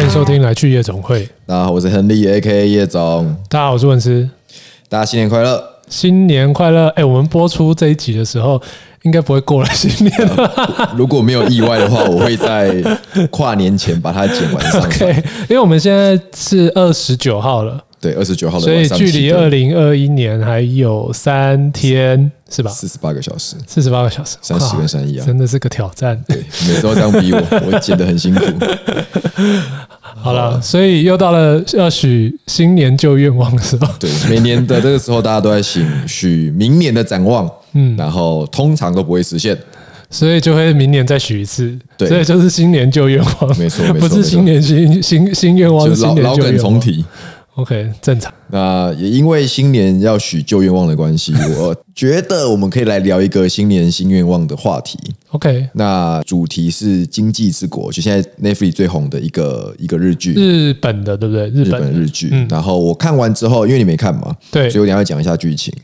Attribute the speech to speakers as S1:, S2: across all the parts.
S1: 迎收听《来去夜总会》。
S2: 大家好，我是亨利 A.K. 叶总，
S1: 大家好，我是文思，
S2: 大家新年快乐！
S1: 新年快乐！哎、我们播出这一集的时候，应该不会过了新 年
S2: 哦
S1: 了。
S2: 如果没有意外的话，我会在跨年前把它剪完 上传。
S1: OK，因为我们现在是二十九号了，
S2: 对，二十九号的
S1: 所以
S2: 晚上
S1: 距
S2: 七
S1: 离
S2: 点，
S1: 二零二一年还有三天，是吧？
S2: 四十八个小时，
S1: 四十八个小时，
S2: 三十
S1: 哇
S2: 跟三一啊
S1: 真的是个挑战。
S2: 对，每次都这样逼我， 我剪得很辛苦。
S1: 好了，所以又到了要许新年旧愿望的时候。
S2: 对，每年的这个时候，大家都在许许明年的展望，嗯，然后通常都不会实现。
S1: 所以就会明年再许一次，
S2: 对
S1: 所以就是新年旧愿望，
S2: 没错没
S1: 不
S2: 错
S1: 是新年新新新愿望，
S2: 就是是
S1: 哦新
S2: 老
S1: 年
S2: 老
S1: 旧
S2: 梗
S1: 愿
S2: 重
S1: 望。
S2: 提，
S1: OK，正常。
S2: 那也因为新年要许旧愿望的关系，我觉得我们可以来聊一个新年新愿望的话题。
S1: OK，
S2: 那主题是《经济之国》，就现在 Netflix 最红的一个一个日剧，
S1: 日本的对不对？日
S2: 日
S1: 本
S2: 本日剧。然后我看完之后，因为你没看嘛，
S1: 对
S2: 所以我等一下会讲一下剧情。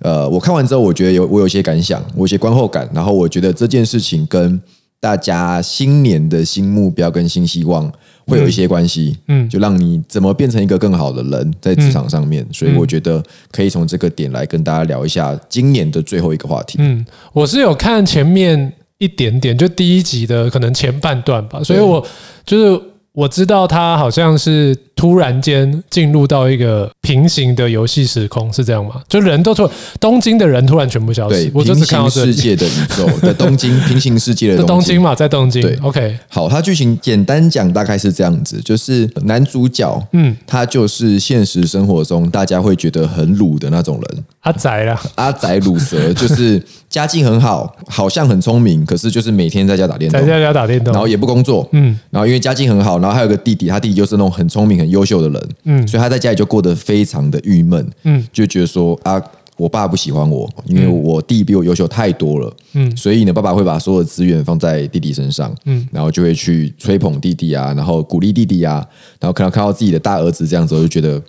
S2: 呃，我看完之后，我觉得有我有一些感想，我有一些观后感，然后我觉得这件事情跟大家新年的新目标跟新希望会有一些关系，嗯，就让你怎么变成一个更好的人在职场上面，所以我觉得可以从这个点来跟大家聊一下今年的最后一个话题，
S1: 嗯，我是有看前面一点点，就第一集的可能前半段吧，所以我就是我知道他好像是突然间进入到一个平行的游戏时空，是这样吗？就人都突东京的人突然全部消
S2: 对，
S1: 失，我就
S2: 平
S1: 只看到
S2: 行
S1: 这
S2: 世
S1: 里。
S2: 界的宇宙 的东京，平行世界
S1: 在
S2: 的
S1: 东
S2: 京
S1: 京嘛，在东京
S2: 对。
S1: OK，
S2: 好，它剧情简单讲大概是这样子，就是男主角，
S1: 嗯
S2: 嗯，他就是现实生活中大家会觉得很鲁的那种人，
S1: 阿宅啦，
S2: 阿宅鲁蛇，就是家境很好，好像很聪明，可是就是每天在家打电
S1: 宅
S2: 动，
S1: 在家打电动
S2: 哎然。后也不工作，
S1: 嗯
S2: 嗯，然后因为家境很好，然后还有个弟弟，他弟弟就是那种很聪明、很优秀的人，
S1: 嗯
S2: 嗯，所以他在家里就过得非常的郁闷，
S1: 嗯
S2: 嗯，就觉得说啊，我爸不喜欢我，因为我弟比我优秀太多了，
S1: 嗯
S2: 嗯，所以呢，爸爸会把所有的资源放在弟弟身上，
S1: 嗯
S2: 嗯，然后就会去吹捧弟弟啊，然后鼓励弟弟啊，然后可能看到自己的大儿子这样子，我就觉得，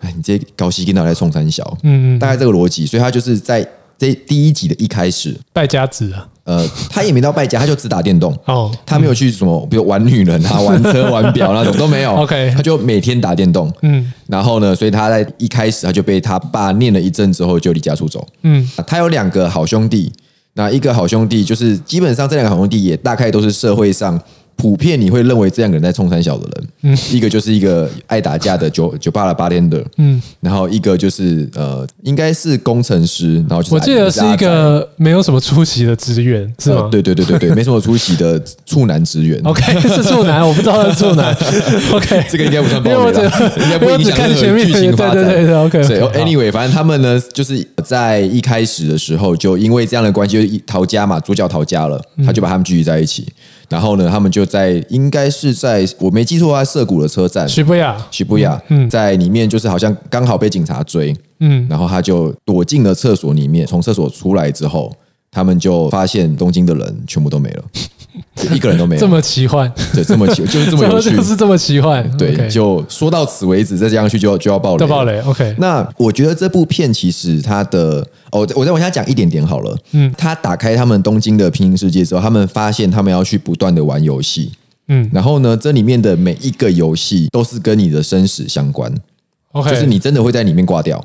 S2: 哎，你这些高息跟脑袋冲三小，
S1: 嗯嗯，
S2: 大概这个逻辑，所以他就是在这第一集的一开始，
S1: 败家子啊。
S2: 呃，他也没到败家，他就只打电动。
S1: 哦，
S2: 他没有去什么，比如玩女 人啊、玩车、玩表那种都没有。
S1: OK
S2: 他就每天打电动。
S1: 嗯
S2: 然后呢，所以他在一开始他就被他爸念了一阵之后就离家出走。
S1: 嗯
S2: 他有两个好兄弟，那一个好兄弟就是基本上这两个好兄弟也大概都是社会上普遍你会认为这两个人在冲三小的人。嗯，一个就是一个爱打架的酒酒吧的 bartender，
S1: 嗯，
S2: 然后一个就是呃，应该是工程师，然后就是
S1: 我记得是一
S2: 阿宅
S1: 个没有什么出息的职员，是吗
S2: 呃？对对对对对，没什么出息的处男职员。
S1: OK，是 处男，我不知道是处 男。OK，
S2: 这个应该不算暴
S1: 因为我
S2: 力
S1: 只
S2: 啦，应该不影响任
S1: 因为我只
S2: 何
S1: 看前面
S2: 剧情发展。
S1: 对对对对，OK，
S2: 所以
S1: 好
S2: anyway，反正他们呢，就是呃在一开始的时候，就因为这样的关系，就一逃家嘛，主角逃家了，
S1: 嗯
S2: 他就把他们聚集在一起。然后呢，他们就在应该是在我没记错，在涩谷的车站。
S1: 徐不雅，
S2: 西布亚在里面就是好像刚好被警察追，
S1: 嗯
S2: 然后他就躲进了厕所里面。从厕所出来之后，他们就发现东京的人全部都没了，就一个人都没 有。
S1: 这么奇幻，
S2: 对，这么奇，就是啊这么有趣
S1: 就， 是这么奇幻。
S2: 对，
S1: OK，
S2: 就说到此为止，再这样去就要就要爆雷。
S1: 到爆。雷。OK，
S2: 那我觉得这部片其实它的哦，我再我再往下讲一点点好了。嗯，他打开他们东京的平行世界之后，他们发现他们要去不断的玩游戏。
S1: 嗯
S2: 然后呢，这里面的每一个游戏都是跟你的生死相关，
S1: ，OK，
S2: 就是你真的会在里面挂掉，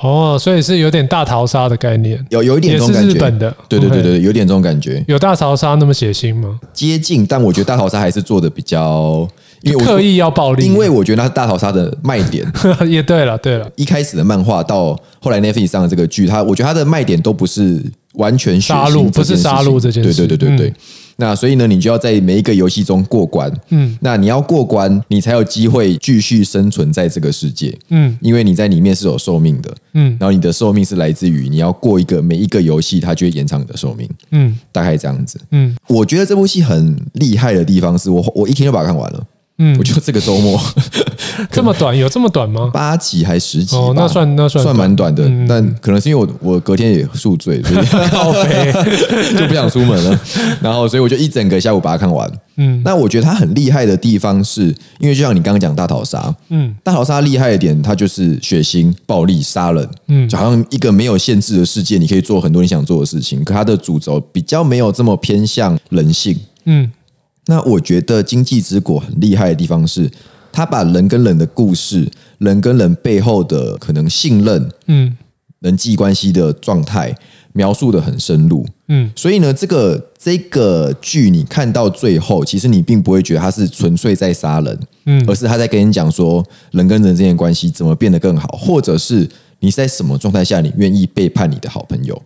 S1: 哦，所以是有点大逃杀的概念，
S2: 有有一点
S1: 也
S2: 这
S1: 是
S2: 种感
S1: 日
S2: 觉。
S1: 本的。
S2: 对对对
S1: OK，
S2: 对，有点这种感觉，
S1: 有大逃杀那么血腥吗？
S2: 接近，但我觉得大逃杀还是做的比较，因为我
S1: 刻意要暴力，
S2: 因为我觉得那是大逃杀的卖点，
S1: 也对了，对了，
S2: 一开始的漫画到后来 Netflix 上的这个剧，它我觉得它的卖点都不是完全血腥
S1: 杀戮
S2: 这件事情
S1: 不是杀戮这件事
S2: 对对对对对。那所以呢，你就要在每一个游戏中过关。
S1: 嗯
S2: 嗯，那你要过关，你才有机会继续生存在这个世界。
S1: 嗯
S2: 因为你在里面是有寿命的，
S1: 嗯
S2: 然后你的寿命是来自于你要过一个每一个游戏，它就会延长你的寿命，
S1: 嗯
S2: 大概这样子。
S1: 嗯
S2: 我觉得这部戏很厉害的地方是我我一天就把它看完了，
S1: 嗯
S2: 我，就这个周末
S1: 这么短，有这么短 吗？
S2: 八集还十集吧，
S1: 哦，那算那算
S2: 算蛮短的，
S1: 嗯
S2: 但可能是因为我我隔天也宿醉，所以
S1: 靠背，
S2: 就不想出门 了。然后，所以我就一整个下午把它看完。
S1: 嗯
S2: 那我觉得它很厉害的地方是，因为就像你刚刚讲大逃杀，
S1: 嗯
S2: 大逃杀厉害的点，它就是血腥、暴力、杀人，
S1: 嗯
S2: 嗯，就好像一个没有限制的世界，你可以做很多你想做的事情。可它的主轴比较没有这么偏向人性，
S1: 嗯
S2: 那我觉得《经济之国》很厉害的地方是，他把人跟人的故事、人跟人背后的可能信任、
S1: 嗯
S2: 人际关系的状态描述的很深入。
S1: 嗯
S2: 所以呢，这个这个剧你看到最后，其实你并不会觉得他是纯粹在杀人，
S1: 嗯
S2: 而是他在跟你讲说人跟人之间的关系怎么变得更好，或者是你在什么状态下你愿意背叛你的好朋友。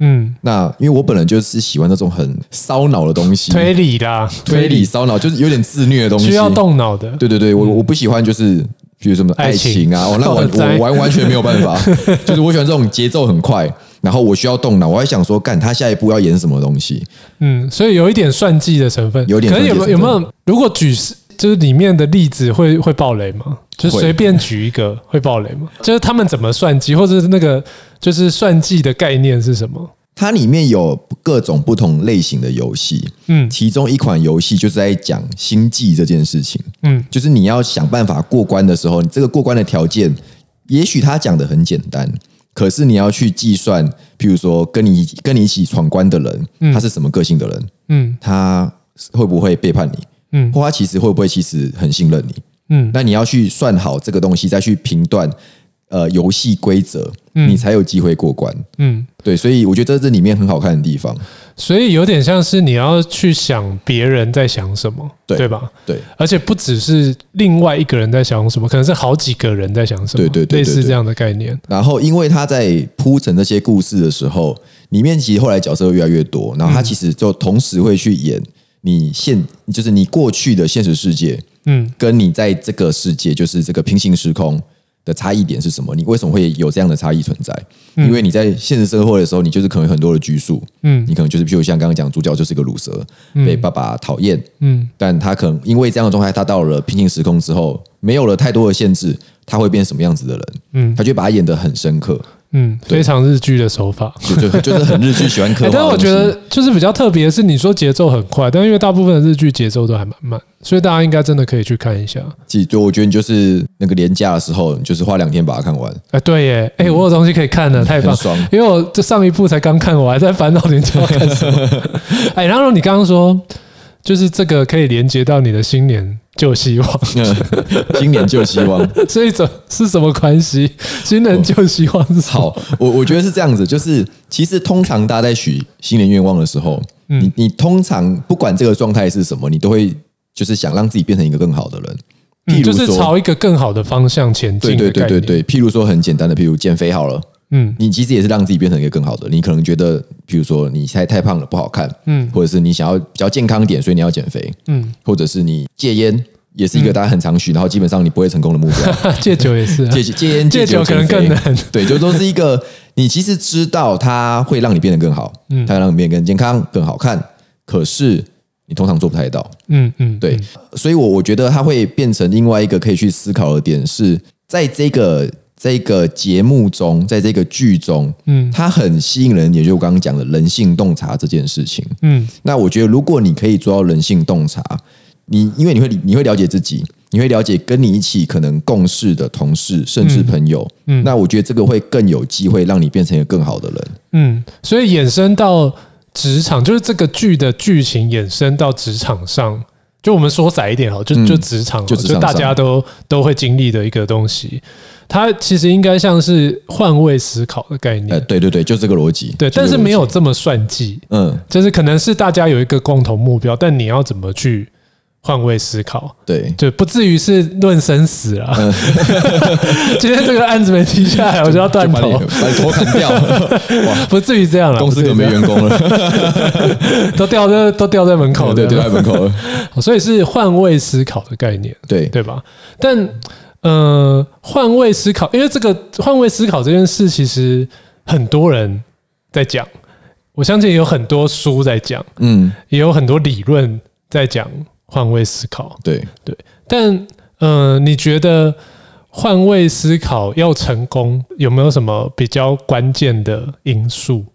S1: 嗯，
S2: 那因为我本人就是喜欢那种很烧脑的东西，
S1: 推理啦，
S2: 推理烧脑，就是有点自虐的东西，
S1: 需要。动脑的，
S2: 对对对，我我不喜欢就是比如什么
S1: 嗯爱
S2: 爱
S1: 情
S2: 情啊，哦，那我
S1: 我在
S2: 我完完全没有办 法，就是我喜欢这种节奏很快，然后我需要动脑，我还想说，干他下一步要演什么东西？
S1: 嗯，所以有一点算计的成分，
S2: 有点
S1: 可是有没
S2: 算计
S1: 有
S2: 的
S1: 有
S2: 成
S1: 没
S2: 分
S1: 有？如果举就是里面的例子会会爆雷吗？就是
S2: 会
S1: 随便举一个会爆雷 吗？就是他们怎么算计，或者是那个就是算计的概念是什么？
S2: 它里面有各种不同类型的游戏，
S1: 嗯
S2: 其中一款游戏就是在讲心计这件事情，
S1: 嗯
S2: 就是你要想办法过关的时候，你这个过关的条件，也许他讲的很简单，可是你要去计算，比如说跟你跟你一起闯关的人，他是什么个性的人，
S1: 嗯
S2: 他会不会背叛你，
S1: 嗯
S2: 或他其实会不会其实很信任你，
S1: 嗯
S2: 那你要去算好这个东西，再去评断呃游戏规则，你才有机会过关。
S1: 嗯，
S2: 对，所以我觉得这是里面很好看的地方。
S1: 所以有点像是你要去想别人在想什么，
S2: 对
S1: 对吧？
S2: 对，
S1: 而且不只是另外一个人在想什么，可能是好几个人在想什么，
S2: 对对对对
S1: 类似
S2: 对
S1: 这样的概念。
S2: 然后因为他在铺陈这些故事的时候，里面其实后来角色越来越多，然后他其实就同时会去演你现，就是你过去的现实世界，
S1: 嗯
S2: 跟你在这个世界，就是这个平行时空的差异点是什么？你为什么会有这样的差异存在？因为你在现实社会的时候，你就是可能有很多的拘束，
S1: 嗯
S2: 你可能就是譬如像刚刚讲，主角就是个乳蛇，被爸爸讨厌，
S1: 嗯
S2: 但他可能因为这样的状态，他到了平行时空之后，没有了太多的限制，他会变什么样子的人？
S1: 嗯
S2: 他就把他演得很深刻，
S1: 嗯，非常日剧的手法。
S2: 就就就是很日剧喜欢刻
S1: 哎
S2: 画的东西。
S1: 但是我觉得就是比较特别的是，你说节奏很快，但因为大部分的日剧节奏都还蛮慢，所以大家应该真的可以去看一下。
S2: 其实就我觉得你就是那个廉价的时候，你就是花两天把它看完，
S1: 哎，对耶，哎，我有东西可以看了，太棒
S2: 嗯很！爽。
S1: 因为我这上一部才刚看，我还在烦恼连接要看什么。哎，然后你刚刚说，就是这个可以连接到你的新年旧希望， 嗯
S2: 今年就希望。
S1: 所以这是什么关系？新年旧希望是什么
S2: 好，我我觉得是这样子，就是其实通常大家在许新年愿望的时候，
S1: 嗯
S2: 你你通常不管这个状态是什么，你都会就是想让自己变成一个更好的人，
S1: 嗯
S2: 譬
S1: 就
S2: 如
S1: 是
S2: 说，
S1: 朝一个更好的方向前
S2: 对
S1: 进的
S2: 对
S1: 概
S2: 对
S1: 念。
S2: 对对，譬如说很简单的，譬如减肥好了，
S1: 嗯
S2: 你其实也是让自己变成一个更好的人。你可能觉得，譬如说你太太胖了不好看，
S1: 嗯
S2: 或者是你想要比较健康一点，所以你要减肥，
S1: 嗯，
S2: 或者是你戒烟。也是一个大家很常许，然后基本上你不会成功的目标。
S1: 戒酒也是啊
S2: 戒戒烟、
S1: 戒酒可能
S2: 减
S1: 更
S2: 肥
S1: 难。
S2: 对，就都是一个你其实知道它会让你变得更好，嗯，它会让你变得更健康、更好看，可是你通常做不太到。
S1: 嗯嗯，
S2: 对，所以我我觉得它会变成另外一个可以去思考的点是，在这个这个节目中，在这个剧中，
S1: 嗯
S2: 它很吸引人，也就是我刚刚讲的人性洞察这件事情。
S1: 嗯
S2: 那我觉得，如果你可以做到人性洞察，你因为你会你会了解自己，你会了解跟你一起可能共事的同事，甚至朋友。
S1: 嗯
S2: 那我觉得这个会更有机会让你变成一个更好的人。
S1: 嗯，所以衍生到职场，就是这个剧的剧情衍生到职场上，就我们说窄一点哈，就
S2: 嗯
S1: 就职场好了，
S2: 就职场
S1: 大家
S2: 上
S1: 都都会经历的一个东西。它其实应该像是换位思考的概
S2: 呃，
S1: 念，
S2: 对对对，就这个逻辑。
S1: 对，
S2: 就这
S1: 但
S2: 个
S1: 是没
S2: 逻
S1: 有
S2: 辑。
S1: 这么算计，
S2: 嗯，
S1: 就是可能是大家有一个共同目标，但你要怎么去换位思考？
S2: 对。
S1: 就不至于是论生死啊！ 今天这个案子没踢下来，我就要断
S2: 嗯 就把你
S1: 头，
S2: 把你头砍掉，哇！
S1: 不至于这样了。
S2: 公
S1: 不
S2: 司
S1: 至于这
S2: 可没
S1: 样
S2: 员工了，
S1: 都掉在都掉在门口
S2: 哦，
S1: 的，哦
S2: 对，丢在门口了。
S1: 所以是换位思考的概念，
S2: 对，
S1: 对吧？但呃，换位思考，因为这个换位思考这件事，其实很多人在讲，我相信有很多书在讲，
S2: 嗯，
S1: 也有很多理论在讲换位思考。
S2: 对，
S1: 但呃，你觉得换位思考要成功，有没有什么比较关键的因素？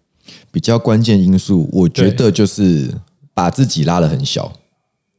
S2: 比较关键因素，我觉
S1: 对
S2: 得就是把自己拉得很小。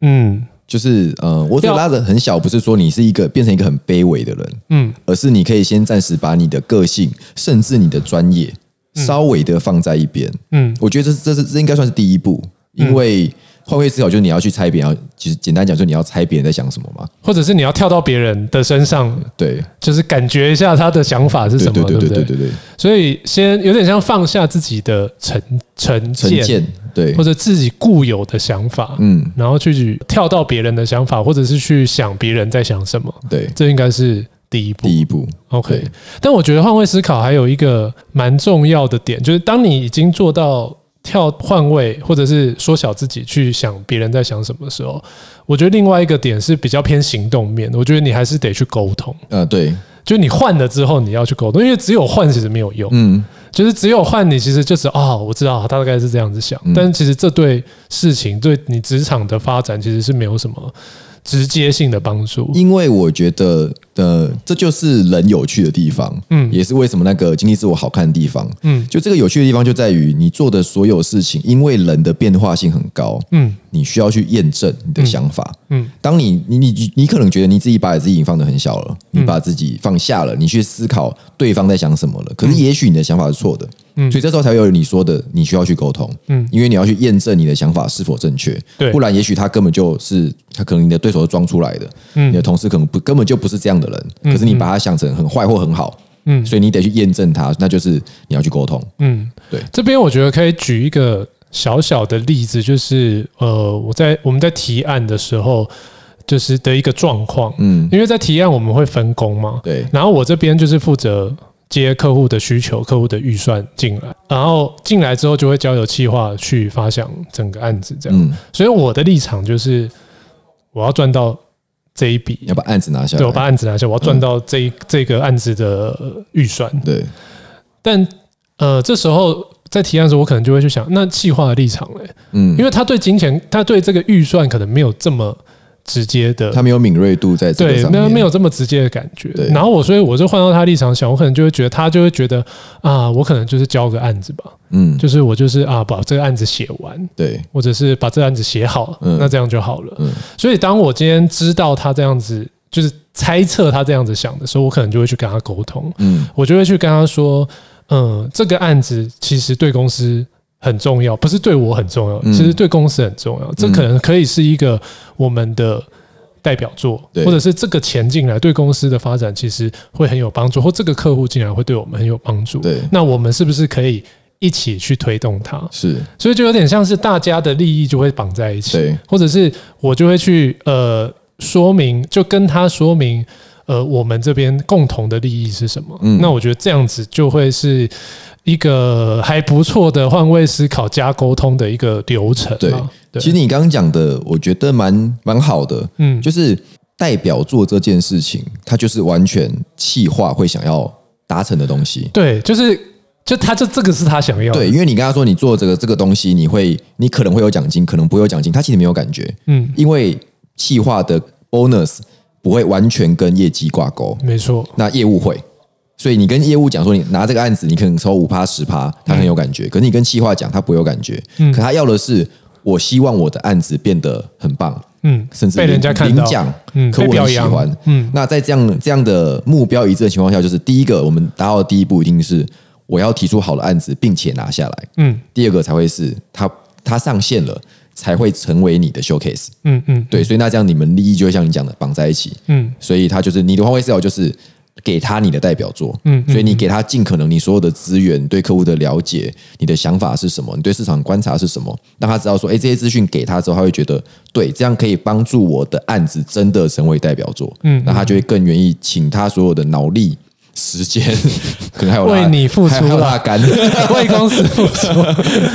S1: 嗯
S2: 就是呃，我所
S1: 要
S2: 拉的很小，不是说你是一个变成一个很卑微的人，
S1: 嗯
S2: 而是你可以先暂时把你的个性，甚至你的专业，稍微的放在一边。
S1: 嗯
S2: 我觉得这是这是这应该算是第一步，因为换位思考就是你要去猜别人要，其实简单讲，就是你要猜别人在想什么嘛。
S1: 或者是你要跳到别人的身上，
S2: 对，
S1: 就是感觉一下他的想法是什
S2: 对
S1: 么，
S2: 对对
S1: 不
S2: 对对对对，
S1: 所以先有点像放下自己的成成
S2: 成
S1: 见，
S2: 见，对
S1: 或，者自己固有的想法，
S2: 嗯，
S1: 然后去跳到别人的想法，或者是去想别人在想什么，
S2: 对，
S1: 这应该是第一步。
S2: 第一步，
S1: OK，
S2: 对
S1: 但我觉得换位思考还有一个蛮重要的点，就是当你已经做到跳换位，或者是缩小自己去想别人在想什么的时候，我觉得另外一个点是比较偏行动面，我觉得你还是得去沟通。
S2: 呃，对，
S1: 就你换了之后，你要去沟通，因为只有换其实没有用，
S2: 嗯，
S1: 就是只有换你其实就是哦，我知道他大概是这样子
S2: 嗯
S1: 想，但其实这对事情对你职场的发展其实是没有什么直接性的帮助。
S2: 因为我觉得，呃，这就是人有趣的地方，嗯，也是为什么那个经济自我好看的地方，
S1: 嗯
S2: 嗯，就这个有趣的地方就在于你做的所有事情，因为人的变化性很高，
S1: 嗯
S2: 你需要去验证你的想法。
S1: 嗯
S2: 嗯，当你你你你可能觉得你自己把自己已放得很小了，
S1: 嗯
S2: 你把自己放下了，你去思考对方在想什么了。可是
S1: 嗯
S2: 也许你的想法是错的，所以这时候才会有你说的，你需要去沟通，
S1: 嗯
S2: 嗯，因为你要去验证你的想法是否正确，
S1: 对
S2: 不然也许他根本就是他可能你的对手是装出来的，
S1: 嗯
S2: 你的同事可能不根本就不是这样的人，可是你把他想成很坏或很好，
S1: 嗯
S2: 所以你得去验证他，那就是你要去沟通，
S1: 嗯，
S2: 对，
S1: 这边我觉得可以举一个小小的例子，就是呃，我在我们在提案的时候，就是的一个状况，
S2: 嗯，
S1: 因为在提案我们会分工嘛，
S2: 对，
S1: 然后我这边就是负责接客户的需求、客户的预算进来，然后进来之后就会交由企划去发想整个案子这样。
S2: 嗯，
S1: 所以我的立场就是我要赚到这一笔，
S2: 要把案子拿下
S1: 对我
S2: 来，
S1: 把案子拿下，我要赚到这一、这个案子的预算。
S2: 对，
S1: 但呃，这时候在提案的时候，我可能就会去想，那企划的立场嘞，
S2: 嗯
S1: 因。为他对金钱，他对这个预算可能没有这么直接的
S2: 他没有敏锐度在这个
S1: 对，
S2: 上面，
S1: 那没有这么直接的感觉
S2: 对。
S1: 然后我，所以我就换到他立场想，我可能就会觉得他就会觉得啊，我可能就是交个案子吧，
S2: 嗯，
S1: 就是我就是啊，把这个案子写完，
S2: 对，
S1: 或者是把这个案子写好，
S2: 嗯
S1: 那这样就好了。
S2: 嗯
S1: 所以当我今天知道他这样子，就是猜测他这样子想的时候，我可能就会去跟他沟通，
S2: 嗯
S1: 我就会去跟他说，嗯，这个案子其实对公司。很重要，不是对我很重要，
S2: 嗯
S1: 其实对公司很重要。这可能可以是一个我们的代表作，
S2: 对
S1: 或者是这个钱进来对公司的发展其实会很有帮助，或这个客户进来会对我们很有帮助。
S2: 对
S1: 那我们是不是可以一起去推动它？
S2: 是，
S1: 所以就有点像是大家的利益就会绑在一起，
S2: 对，
S1: 或者是我就会去呃说明，就跟他说明，呃，我们这边共同的利益是什么。
S2: 嗯
S1: 那我觉得这样子就会是一个还不错的换位思考加沟通的一个流程
S2: 对
S1: 啊。对，
S2: 其实你刚刚讲的，我觉得蛮蛮好的，
S1: 嗯，
S2: 就是代表做这件事情，它就是完全气化会想要达成的东西。
S1: 对，就是就他就这个是他想要的，
S2: 对，因为你跟他说你做这个这个东西，你会你可能会有奖金，可能不会有奖金，他其实没有感觉，
S1: 嗯，
S2: 因为气化的 bonus 不会完全跟业绩挂钩，
S1: 没错，
S2: 那业务会。所以你跟业务讲说你拿这个案子，你可能抽五趴十趴，他很有感觉。可是你跟企划讲，他不会有感觉。
S1: 嗯
S2: 可他要的是，我希望我的案子变得很棒，
S1: 嗯，
S2: 甚至
S1: 被人家
S2: 领
S1: 看到
S2: 领奖，
S1: 嗯，
S2: 可
S1: 被
S2: 我
S1: 表
S2: 很喜
S1: 扬，
S2: 欢。
S1: 嗯
S2: 那在这样这样的目标一致的情况下，就是第一个，我们达到的第一步一定是我要提出好的案子，并且拿下来。
S1: 嗯
S2: 第二个才会是它它上线了，才会成为你的 showcase。
S1: 嗯 嗯，
S2: 对，所以那这样你们利益就会像你讲的绑在一起。
S1: 嗯
S2: 所以他就是你的换位思考就是给他你的代表作，
S1: 嗯
S2: 嗯，所以你给他尽可能你所有的资源，对客户的了解，你的想法是什么，你对市场观察是什么，让他知道说，哎，这些资讯给他之后，他会觉得对，这样可以帮助我的案子真的成为代表作，
S1: 嗯
S2: 嗯，那他就会更愿意请他所有的脑力。时间 可能还有他
S1: 为你付出
S2: 还有
S1: 了
S2: 他干
S1: 为公司付出，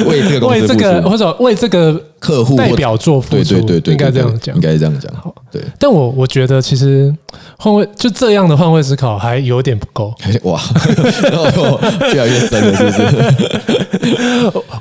S2: 为这个公
S1: 为
S2: 司
S1: 这
S2: 付
S1: 个
S2: 出，
S1: 或者为这个
S2: 客户或
S1: 代表作付
S2: 对
S1: 出，
S2: 对对对，
S1: 应该这
S2: 对
S1: 样
S2: 对
S1: 讲
S2: 应。该是这样讲
S1: 好，
S2: 对，
S1: 但我我觉得其实换位就这样的换位思考还有点不够。
S2: 哇，越来越深了，是不是？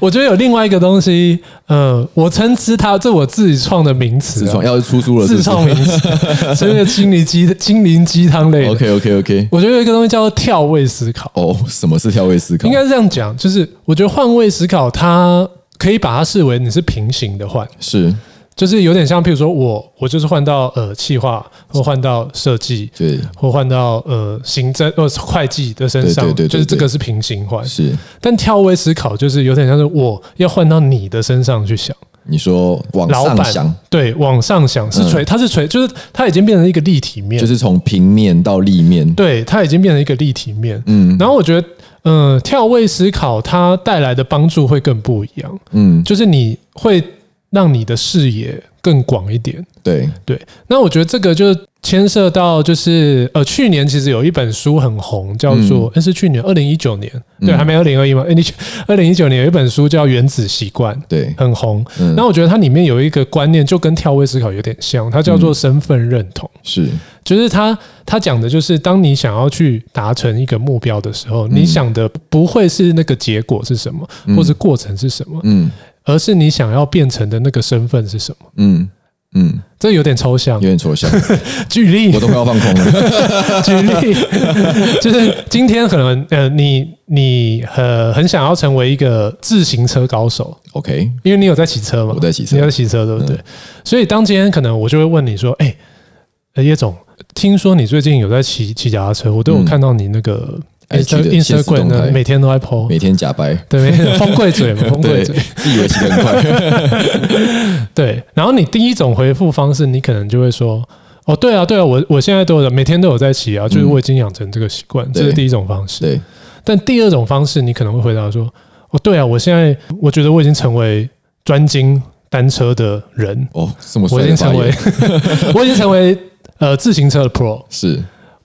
S1: 我觉得有另外一个东西，呃，我称之它这我自己创的名词
S2: 自
S1: 啊、
S2: 创要是出书了，是
S1: 自
S2: 不是
S1: 创名 词，所以心灵鸡心灵鸡汤类的。
S2: OK OK OK，
S1: 我觉得有一个东西叫做跳位思考，
S2: 哦，什么是跳位思考？
S1: 应该是这样讲，就是我觉得换位思考它。可以把它视为你是平行的换，
S2: 是
S1: 就是有点像，譬如说我我就是换到呃企划或换到设计，
S2: 对
S1: 或换到呃行政呃会计的身上，
S2: 对对对对
S1: 就是这
S2: 对
S1: 个是平行换。
S2: 是
S1: 但跳位思考就是有点像是我要换到你的身上去想，
S2: 你说往
S1: 老
S2: 上
S1: 板
S2: 想，嗯
S1: 对往上想是垂，它是垂，就是它已经变成一个立体面，
S2: 就是从平面到立面，
S1: 对，它已经变成一个立体面。
S2: 嗯
S1: 然后我觉得，嗯、跳位思考它带来的帮助会更不一样，
S2: 嗯，
S1: 就是你会让你的视野更广一点。
S2: 对，
S1: 对，那我觉得这个就牵涉到，就是呃，去年其实有一本书很红，叫做，那、是去年二零一九年，对，
S2: 嗯
S1: 还没二零二一嘛，哎，你二零一九年有一本书叫《原子习惯》，
S2: 对，
S1: 很红。
S2: 嗯
S1: 那、，我觉得它里面有一个观念，就跟跳位思考有点像，它叫做
S2: 嗯
S1: 身份认同。
S2: 是，
S1: 就是他他讲的就是，当你想要去达成一个目标的时
S2: 嗯
S1: 候，你想的不会是那个结果是什么，或是过程是什么，
S2: 嗯
S1: 而是你想要变成的那个身份是什么。
S2: 嗯嗯，
S1: 这有点抽象
S2: 有，点抽象，
S1: 举例
S2: 我，都快要放空了。
S1: 举 例，就是今天可能呃，你你呃很想要成为一个自行车高手，
S2: OK，
S1: 因为你有在骑车嘛，
S2: 我在骑车嗯
S1: 你有在骑车，对不对？所以当今天可能我就会问你说，哎、呃叶总，听说你最近有在骑骑脚踏车，我都有
S2: 嗯
S1: 看到你那个
S2: IG 的
S1: Insta-
S2: 现实动
S1: Instagram
S2: 态
S1: 呢，每天都在 po，
S2: 每天假掰，
S1: 对，每 天风贵嘴嘛，风贵
S2: 对
S1: 嘴，，
S2: 自以为骑得很快，
S1: 对。然后你第一种回复方式，你可能就会说。哦，对啊，对啊，我我现在都有，每天都有在骑啊，就是我已经养成这个习惯，这是
S2: 嗯对
S1: 第一种方式。
S2: 对，
S1: 但第二种方式，你可能会回答说：“哦，对啊，我现在我觉得我已经成为专精单车的人，
S2: 哦，这么
S1: 我
S2: 帅
S1: 已经
S2: 的发
S1: 成为
S2: 言，
S1: 我已经成为呃自行车的 pro。
S2: 是，”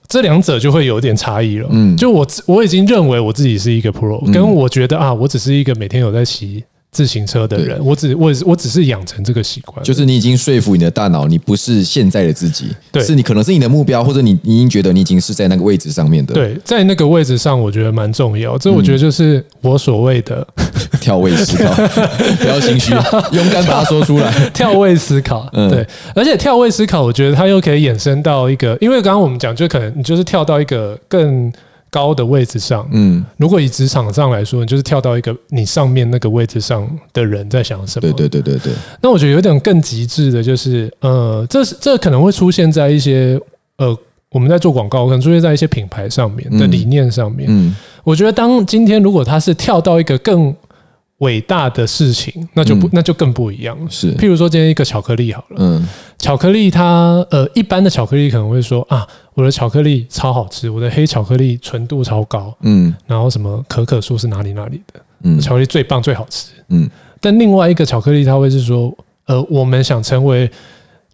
S1: 这两者就会有点差异了。
S2: 嗯
S1: 就我自我已经认为我自己是一个 pro，、
S2: 嗯
S1: 跟我觉得啊，我只是一个每天有在骑自行车的人，我只我我只是养成这个习惯，
S2: 就是你已经说服你的大脑，你不是现在的自己，
S1: 对
S2: 是你可能是你的目标，或者你你已经觉得你已经是在那个位置上面的，，
S1: 对，在那个位置上，我觉得蛮重要。这我
S2: 嗯
S1: 觉得就是我所谓的
S2: 跳位思 考，不要心虚，勇敢把它说出来，
S1: 跳位思考，
S2: 嗯
S1: 对，而且跳位思考，我觉得它又可以衍生到一个，因为刚刚我们讲，就可能你就是跳到一个更高的位置上。
S2: 嗯，
S1: 如果以职场上来说，你就是跳到一个你上面那个位置上的人在想什么。
S2: 对对对对对，
S1: 那我觉得有点更极致的，就是呃，这是这可能会出现在一些呃，我们在做广告，可能出现在一些品牌上面的
S2: 嗯
S1: 理念上面。
S2: 嗯，
S1: 我觉得当今天如果他是跳到一个更伟大的事情，那就不、
S2: 嗯
S1: 那就更不一样了。
S2: 是，
S1: 譬如说，今天一个巧克力好了，
S2: 嗯，
S1: 巧克力它呃，一般的巧克力可能会说啊，我的巧克力超好吃，我的黑巧克力纯度超高，
S2: 嗯
S1: 然后什么可可树是哪里哪里的
S2: 嗯
S1: 巧克力最棒最好吃。
S2: 嗯
S1: 但另外一个巧克力它会是说，呃，我们想成为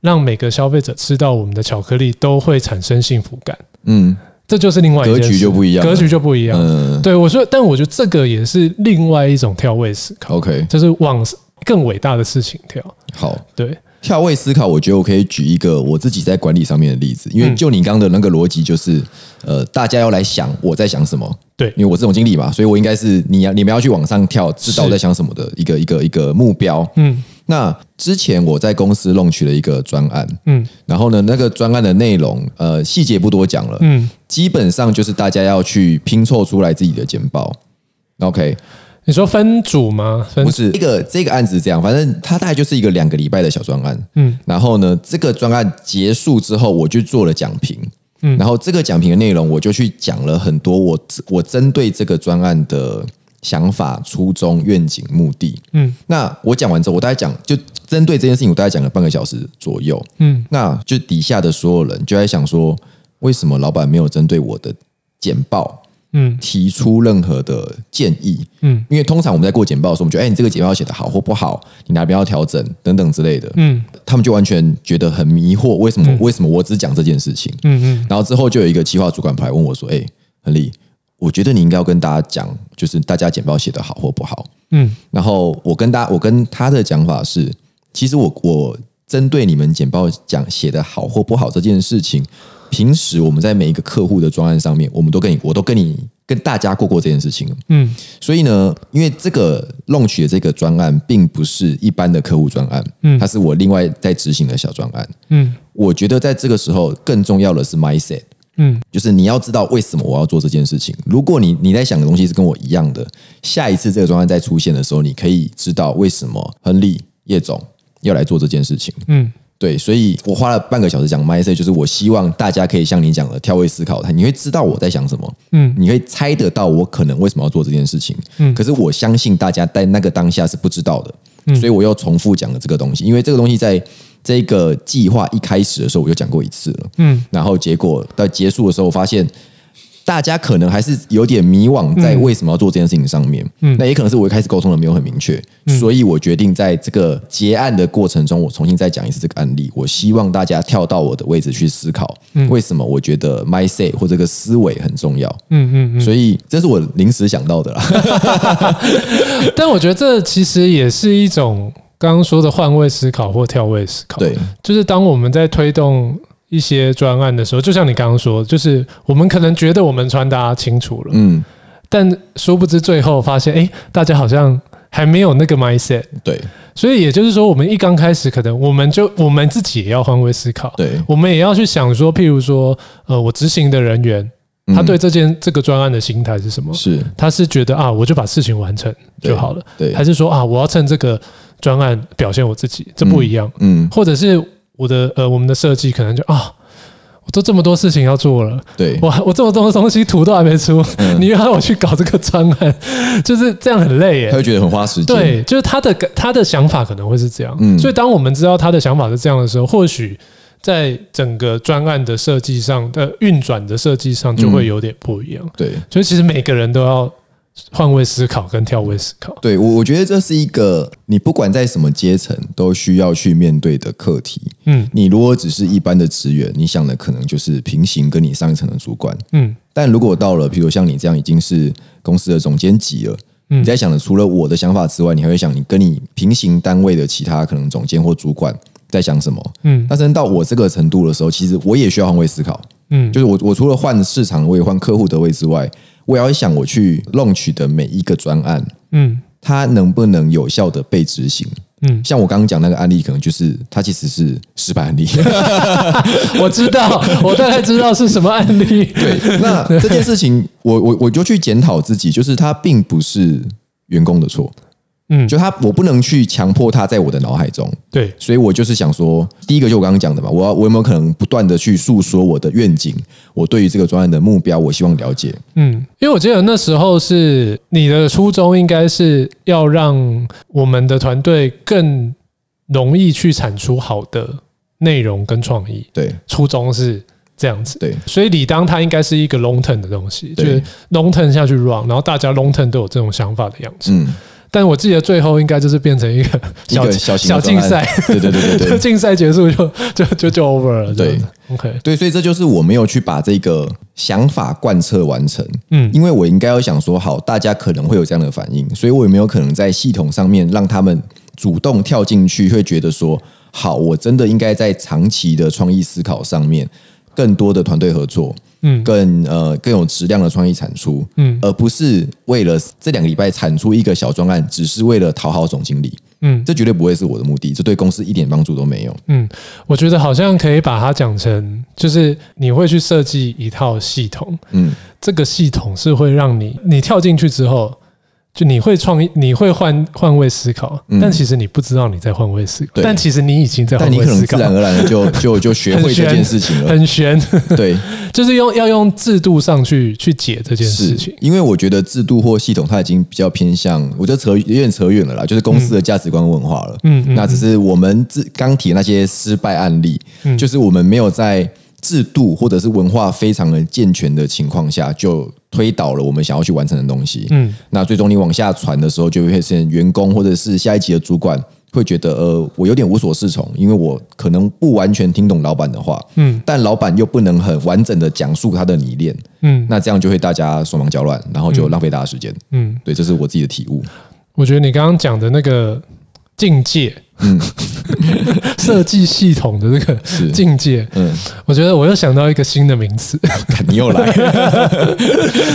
S1: 让每个消费者吃到我们的巧克力都会产生幸福感，
S2: 嗯，
S1: 这就是另外一
S2: 格
S1: 件事
S2: 局就不一样了，
S1: 格局就不一样。
S2: 嗯
S1: 对我说，但我觉得这个也是另外一种跳位思考，
S2: ，OK，
S1: 就是往更伟大的事情跳。
S2: 好，
S1: 对，
S2: 跳位思考，我觉得我可以举一个我自己在管理上面的例子，因为
S1: 嗯
S2: 就你刚刚的那个逻辑，就是呃，大家要来想我在想什么，
S1: 对
S2: 因为我这种经历嘛，所以我应该是你要你们要去往上跳，知道我在想什么的一个一个一个目标。
S1: 嗯
S2: 那之前我在公司弄取了一个专案，
S1: 嗯
S2: 然后呢，那个专案的内容呃细节不多讲了，
S1: 嗯，
S2: 基本上就是大家要去拼凑出来自己的简报。OK，
S1: 你说分组吗？分
S2: 不是这个这个案子是这样，反正它大概就是一个两个礼拜的小专案。
S1: 嗯
S2: 嗯，然后呢，这个专案结束之后，我就做了讲评。
S1: 嗯
S2: 嗯，然后这个讲评的内容，我就去讲了很多我我针对这个专案的想法、初衷、愿景、目的。
S1: 嗯
S2: 那我讲完之后，我大概讲就针对这件事情，我大概讲了半个小时左右。
S1: 嗯
S2: 那就底下的所有人就在想说，为什么老板没有针对我的简报
S1: 嗯
S2: 提出任何的建议？
S1: 嗯
S2: 因为通常我们在过简报的时候，我们觉得，哎、你这个简报写的好或不好，你哪边要调整等等之类的，
S1: 嗯
S2: 他们就完全觉得很迷惑，为什么、为什么我只讲这件事情？
S1: 嗯嗯
S2: 然后之后就有一个企划主管牌问我说，哎、亨利，我觉得你应该要跟大家讲，就是大家简报写的好或不好。
S1: 嗯
S2: 然后我跟大我跟他的讲法是，其实我我针对你们简报讲写的好或不好这件事情，平时我们在每一个客户的专案上面，我们都跟你我都跟你跟大家过过这件事情了。
S1: 嗯
S2: 所以呢，因为这个弄取的这个专案并不是一般的客户专案，
S1: 嗯
S2: 它是我另外在执行的小专案。
S1: 嗯
S2: 我觉得在这个时候更重要的是 mindset，
S1: 嗯
S2: 就是你要知道为什么我要做这件事情。如果你你在想的东西是跟我一样的，下一次这个专案再出现的时候，你可以知道为什么亨利叶总要来做这件事情。
S1: 嗯
S2: 对，所以我花了半个小时讲 mindset，就是我希望大家可以像你讲的跳位思考，你会知道我在想什么，
S1: 嗯
S2: 你会猜得到我可能为什么要做这件事情，
S1: 嗯
S2: 可是我相信大家在那个当下是不知道的，所以我又重复讲了这个东西，因为这个东西在这个计划一开始的时候我就讲过一次了，
S1: 嗯，
S2: 然后结果到结束的时候，我发现大家可能还是有点迷惘，在为什么要做这件事情上面。嗯，那也可能是我一开始沟通的没有很明确，
S1: 嗯
S2: 所以我决定在这个结案的过程中，我重新再讲一次这个案例。我希望大家跳到我的位置去思考，为什么我觉得 my say 或这个思维很重要。
S1: 嗯嗯
S2: 所以这是我临时想到的啦。
S1: 嗯，但我觉得这其实也是一种刚刚说的换位思考或跳位思考。
S2: 对，
S1: 就是当我们在推动一些专案的时候，就像你刚刚说，就是我们可能觉得我们传达清楚了，
S2: 嗯，
S1: 但殊不知最后发现，哎，大家好像还没有那个 mindset。
S2: 对
S1: 所以也就是说，我们一刚开始，可能我们就我们自己也要换位思考，
S2: 对，
S1: 我们也要去想说，譬如说，呃，我执行的人员
S2: 嗯
S1: 他对这件、这个专案的心态是什么？
S2: 是，
S1: 他是觉得啊，我就把事情完成
S2: 对
S1: 就好了，
S2: 对，
S1: 还是说啊，我要趁这个专案表现我自己？这不一样，
S2: 嗯，
S1: 或者是我的呃，我们的设计可能就啊。我都这么多事情要做了，
S2: 对，
S1: 我我这么多东西图都还没出，
S2: 嗯
S1: 你让我去搞这个专案，就是这样很累耶
S2: 他。会觉得很花时间。
S1: 对，就是他的他的想法可能会是这样，
S2: 嗯
S1: 所以当我们知道他的想法是这样的时候，或许在整个专案的设计上的运转的设计上就会有点不一样。
S2: 对，
S1: 所以其实每个人都要换位思考跟跳位思考。
S2: 对我，我觉得这是一个你不管在什么阶层都需要去面对的课题。
S1: 嗯
S2: 你如果只是一般的职员，你想的可能就是平行跟你上一层的主管。
S1: 嗯
S2: 但如果到了，比如像你这样已经是公司的总监级了，
S1: 嗯
S2: 你在想的除了我的想法之外，你还会想你跟你平行单位的其他可能总监或主管在想什么。
S1: 嗯
S2: 但是到我这个程度的时候，其实我也需要换位思考。
S1: 嗯
S2: 就是我我除了换市场位、换客户的位之外，我也要想我去 launch 的每一个专案，
S1: 嗯
S2: 它能不能有效的被执行。
S1: 嗯，
S2: 像我刚刚讲那个案例，可能就是它其实是失败案例。
S1: 我知道，我大概知道是什么案 例。
S2: 对， 那这件事情，我我我就去检讨自己，就是它并不是员工的错，
S1: 嗯，
S2: 就他我不能去强迫他在我的脑海中，
S1: 对，
S2: 所以我就是想说，第一个就我刚刚讲的嘛，我要我有没有可能不断的去诉说我的愿景，我对于这个专案的目标，我希望了解。
S1: 嗯，因为我记得那时候是你的初衷应该是要让我们的团队更容易去产出好的内容跟创意，
S2: 对
S1: 初衷是这样子。
S2: 对
S1: 所以理当它应该是一个 long term 的东西，就
S2: 对
S1: 是 long term 下去 run，然后大家 long term 都有这种想法的样子。
S2: 嗯，
S1: 但我记得最后应该就是变成一个
S2: 一
S1: 小
S2: 个小型
S1: 小
S2: 的专
S1: 竞
S2: 案
S1: 赛，，
S2: 对对对对 对
S1: 竞赛结束就就就就 over 了。
S2: 对
S1: 对，OK，
S2: 对，所以这就是我没有去把这个想法贯彻完成，
S1: 嗯
S2: 因为我应该要想说，好，大家可能会有这样的反应，所以我有没有可能在系统上面让他们主动跳进去，会觉得说，好，我真的应该在长期的创意思考上面，更多的团队合作，
S1: 嗯
S2: 更呃更有质量的创意产出，
S1: 嗯
S2: 而不是为了这两个礼拜产出一个小专案，只是为了讨好总经理，
S1: 嗯
S2: 这绝对不会是我的目的，这对公司一点帮助都没有。
S1: 嗯，我觉得好像可以把它讲成，就是你会去设计一套系统，
S2: 嗯，
S1: 这个系统是会让你你跳进去之后。就你会创意，你会换换位思考，
S2: 嗯
S1: 但其实你不知道你在换位思考，
S2: 对
S1: 但其实你已经在换
S2: 但你
S1: 位
S2: 可能
S1: 思
S2: 自
S1: 考，
S2: 然而然的就就就学会这件事情了，
S1: 很悬，
S2: 对，
S1: 就是用要用制度上去去解这件事情。
S2: 因为我觉得制度或系统它已经比较偏向，我觉得扯有点扯远了啦，就是公司的价值观文化了。
S1: 嗯嗯
S2: 那只是我们自刚提的那些失败案例，
S1: 嗯
S2: 就是我们没有在制度或者是文化非常的健全的情况下，就推倒了我们想要去完成的东西。
S1: 嗯
S2: 那最终你往下传的时候，就会现员工或者是下一级的主管会觉得，呃，我有点无所适从，因为我可能不完全听懂老板的话，
S1: 嗯
S2: 但老板又不能很完整的讲述他的理念，
S1: 嗯
S2: 那这样就会大家手忙脚乱，然后就浪费大家时间。
S1: 嗯，
S2: 对，这是我自己的体悟。
S1: 我觉得你刚刚讲的那个境界，
S2: 嗯
S1: 设计系统的这个
S2: 是
S1: 境界，
S2: 嗯，
S1: 我觉得我又想到一个新的名词，
S2: 看你又来，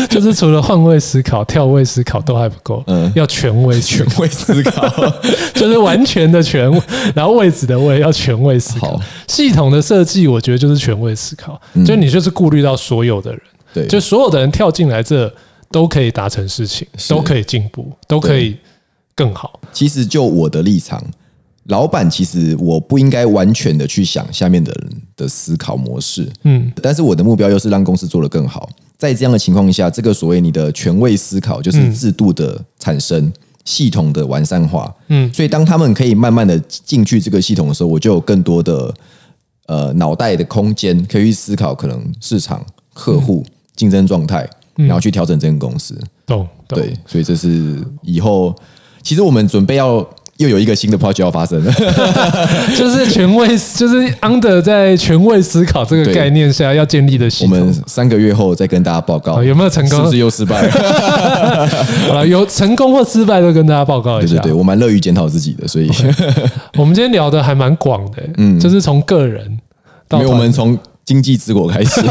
S1: 就是除了换位思考、跳位思考都还不够，
S2: 嗯
S1: 要全位全，
S2: 会思考。
S1: 就是完全的全，然后位置的位要全位思考
S2: 好。嗯
S1: 系统的设计，我觉得就是全位思考，就你就是顾虑到所有的人，
S2: 对，
S1: 就所有的人跳进来这都可以达成事情，
S2: 是
S1: 都可以进步，都可以更好。
S2: 其实就我的立场，老板其实我不应该完全的去想下面的人的思考模式，
S1: 嗯
S2: 但是我的目标又是让公司做得
S1: 嗯
S2: 更好。在这样的情况下，这个所谓你的权位思考，就是制度的产生，系统的完善化。
S1: 嗯
S2: 所以当他们可以慢慢的进去这个系统的时候，我就有更多的呃脑袋的空间，可以去思考可能市场、客
S1: 嗯
S2: 户、竞争状态，然后去调整这间公司。
S1: 懂懂。
S2: 对，所以这是以后，其实我们准备要。又有一个新的 project 要发 生了，
S1: 就是权威，就是 under 在权威思考这个
S2: 对
S1: 概念下要建立的系
S2: 我
S1: 统
S2: 们。三个月后再跟大家报告
S1: 好哦有没有成功啊
S2: 是不是又失 败了？
S1: 好了，有成功或失败都跟大家报告一
S2: 对
S1: 下。
S2: 对对，我蛮乐于检讨自己 的，所以
S1: 我们今天聊的还蛮广的、嗯，就是从个人到
S2: 没有我
S1: 团
S2: 们从经济之果 开始，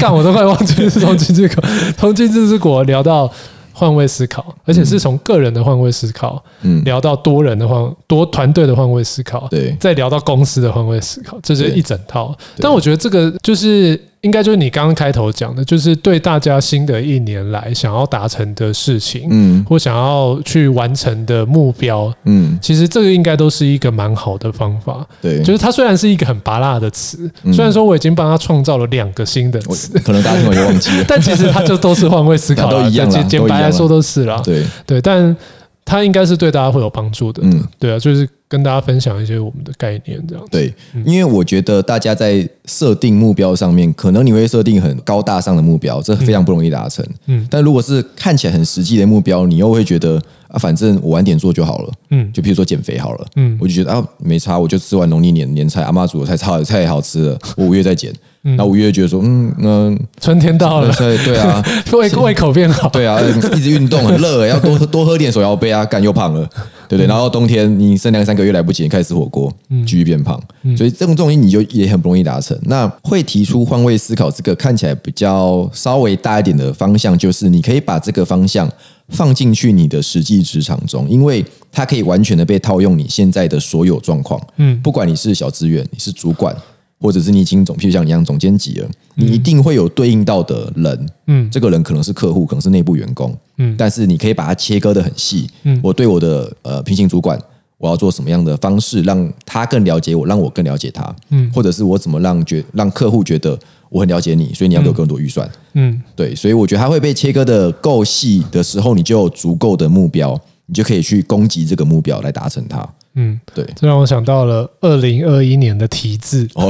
S1: 干，我都快忘记是从金之 国，从金之国聊到换位思考，而且是从个人的换位思考，
S2: 嗯
S1: 聊到多人的换多团队的换位思考，
S2: 对
S1: 再聊到公司的换位思考，这就是
S2: 对
S1: 一整套。但我觉得这个就是应该就是你刚刚开头讲的，就是对大家新的一年来想要达成的事情，
S2: 嗯
S1: 或想要去完成的目标。
S2: 嗯，
S1: 其实这个应该都是一个蛮好的方法，
S2: 对，嗯
S1: 就是它虽然是一个很拔辣的词，虽然说我已经帮它创造了两个新的词，，
S2: 可能大家听完就忘记了
S1: 但其实它就都是换位思考啦，
S2: 都一样啦
S1: 简简
S2: 都一
S1: 白
S2: 样
S1: 来
S2: 啦
S1: 说都是啦。
S2: 对，
S1: 对，但它应该是对大家会有帮助的。
S2: 嗯。
S1: 对啊，就是跟大家分享一些我们的概念这样子。
S2: 对，因为我觉得大家在设定目标上面，可能你会设定很高大上的目标，这非常不容易达成。
S1: 嗯
S2: 嗯，但如果是看起来很实际的目标，你又会觉得啊，反正我晚点做就好了。
S1: 嗯
S2: 就譬如说减肥好了，
S1: 嗯
S2: 我就觉得啊，没差，我就吃完农历年年菜，阿妈煮的菜超太好吃了，我五月再减。然后五月觉得说，嗯，嗯，
S1: 春天到了，
S2: 对对啊，
S1: 胃胃口变好。
S2: 对啊，一直运动很热、要多多喝点手摇杯啊，干又胖了，对不
S1: 嗯
S2: 对？然后冬天你剩两三个月来不及，你开始吃火锅，继续变胖，
S1: 嗯
S2: 所以这种东西你就也很不容易达成。那会提出换位思考这个看起来比较稍微大一点的方向，就是你可以把这个方向放进去你的实际职场中，因为它可以完全的被套用你现在的所有状况，
S1: 嗯
S2: 不管你是小职员，你是主管。或者是你已经总，譬如像你一样总监级了，你一定会有对应到的人，
S1: 嗯
S2: 这个人可能是客户，可能是内部员工，
S1: 嗯
S2: 嗯，但是你可以把它切割的很细，
S1: 嗯
S2: 嗯，我对我的呃平行主管，我要做什么样的方式让他更了解我，让我更了解他，
S1: 嗯
S2: 嗯，或者是我怎么让觉让客户觉得我很了解你，所以你要给我更多预算，
S1: 嗯
S2: 对，所以我觉得它会被切割的够细的时候，你就有足够的目标，你就可以去攻击这个目标来达成它，
S1: 嗯，
S2: 对，
S1: 这让我想到了二零二一年的题 字，
S2: 哦，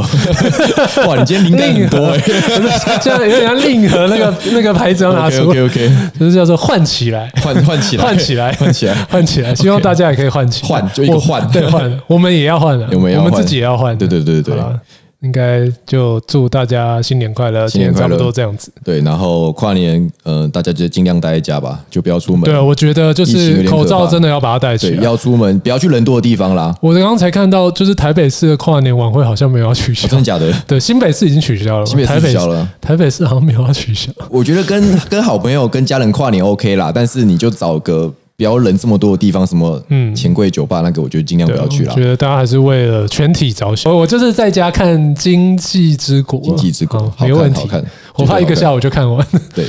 S2: 哇，你今天灵感很多、欸。
S1: 这样有点像令和那个那个牌子要拿 出，
S2: OK OK，
S1: 就是叫做唤起来。
S2: 换换起来，
S1: 换起来，
S2: 换起来，
S1: 换起来，希望大家也可以换起来，
S2: 换就一个
S1: 我
S2: 换
S1: 对， 换，我们也要换了，
S2: 我们也要
S1: 我们
S2: 换
S1: 自己也要换，
S2: 对对对对
S1: 好
S2: 对
S1: 啦，应该就祝大家新年快乐，
S2: 新年
S1: 今
S2: 快
S1: 天
S2: 乐
S1: 差不多这样子。
S2: 对，然后跨年，呃，大家就尽量待在家吧，就不要出门。
S1: 对啊，我觉得就
S2: 疫情有
S1: 是
S2: 点
S1: 口
S2: 可
S1: 罩
S2: 怕
S1: 真的要把它戴起
S2: 对
S1: 来。
S2: 要出门，不要去人多的地方啦。
S1: 我刚刚才看到，就是台北市的跨年晚会好像没有要取消
S2: 哦、，真的假的？
S1: 对，新北市已经取消了嘛，
S2: 新北
S1: 台
S2: 市
S1: 北
S2: 取消了。
S1: 台北市好像没有要取消。
S2: 我觉得跟跟好朋友、跟家人跨年 OK 啦，但是你就找个不要人这么多的地方，什么
S1: 嗯啊
S2: 钱柜酒吧那个，我觉得尽量不要去
S1: 我
S2: 啦。
S1: 觉得大家还是为了全体着想。我我就是在家看《经济之国》，
S2: 经济之国
S1: 好
S2: 好看
S1: 没问题
S2: 好看
S1: 我怕一个
S2: 绝对好看
S1: 下午就看完。
S2: 对，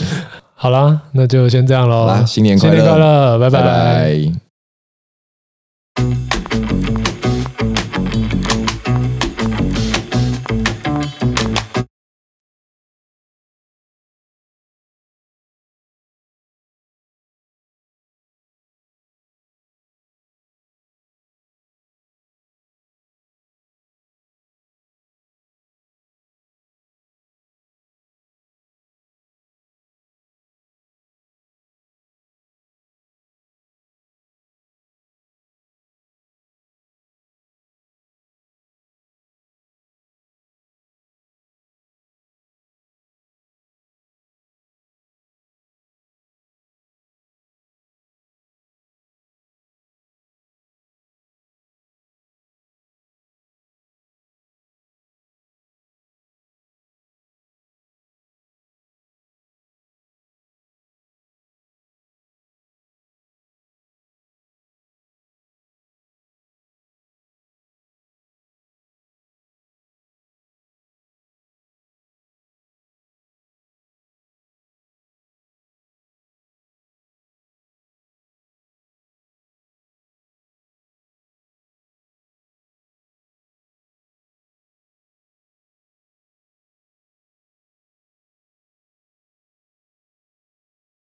S1: 好啦，那就先这样喽
S2: 好啦。新年快乐
S1: 新年快乐，拜
S2: 拜拜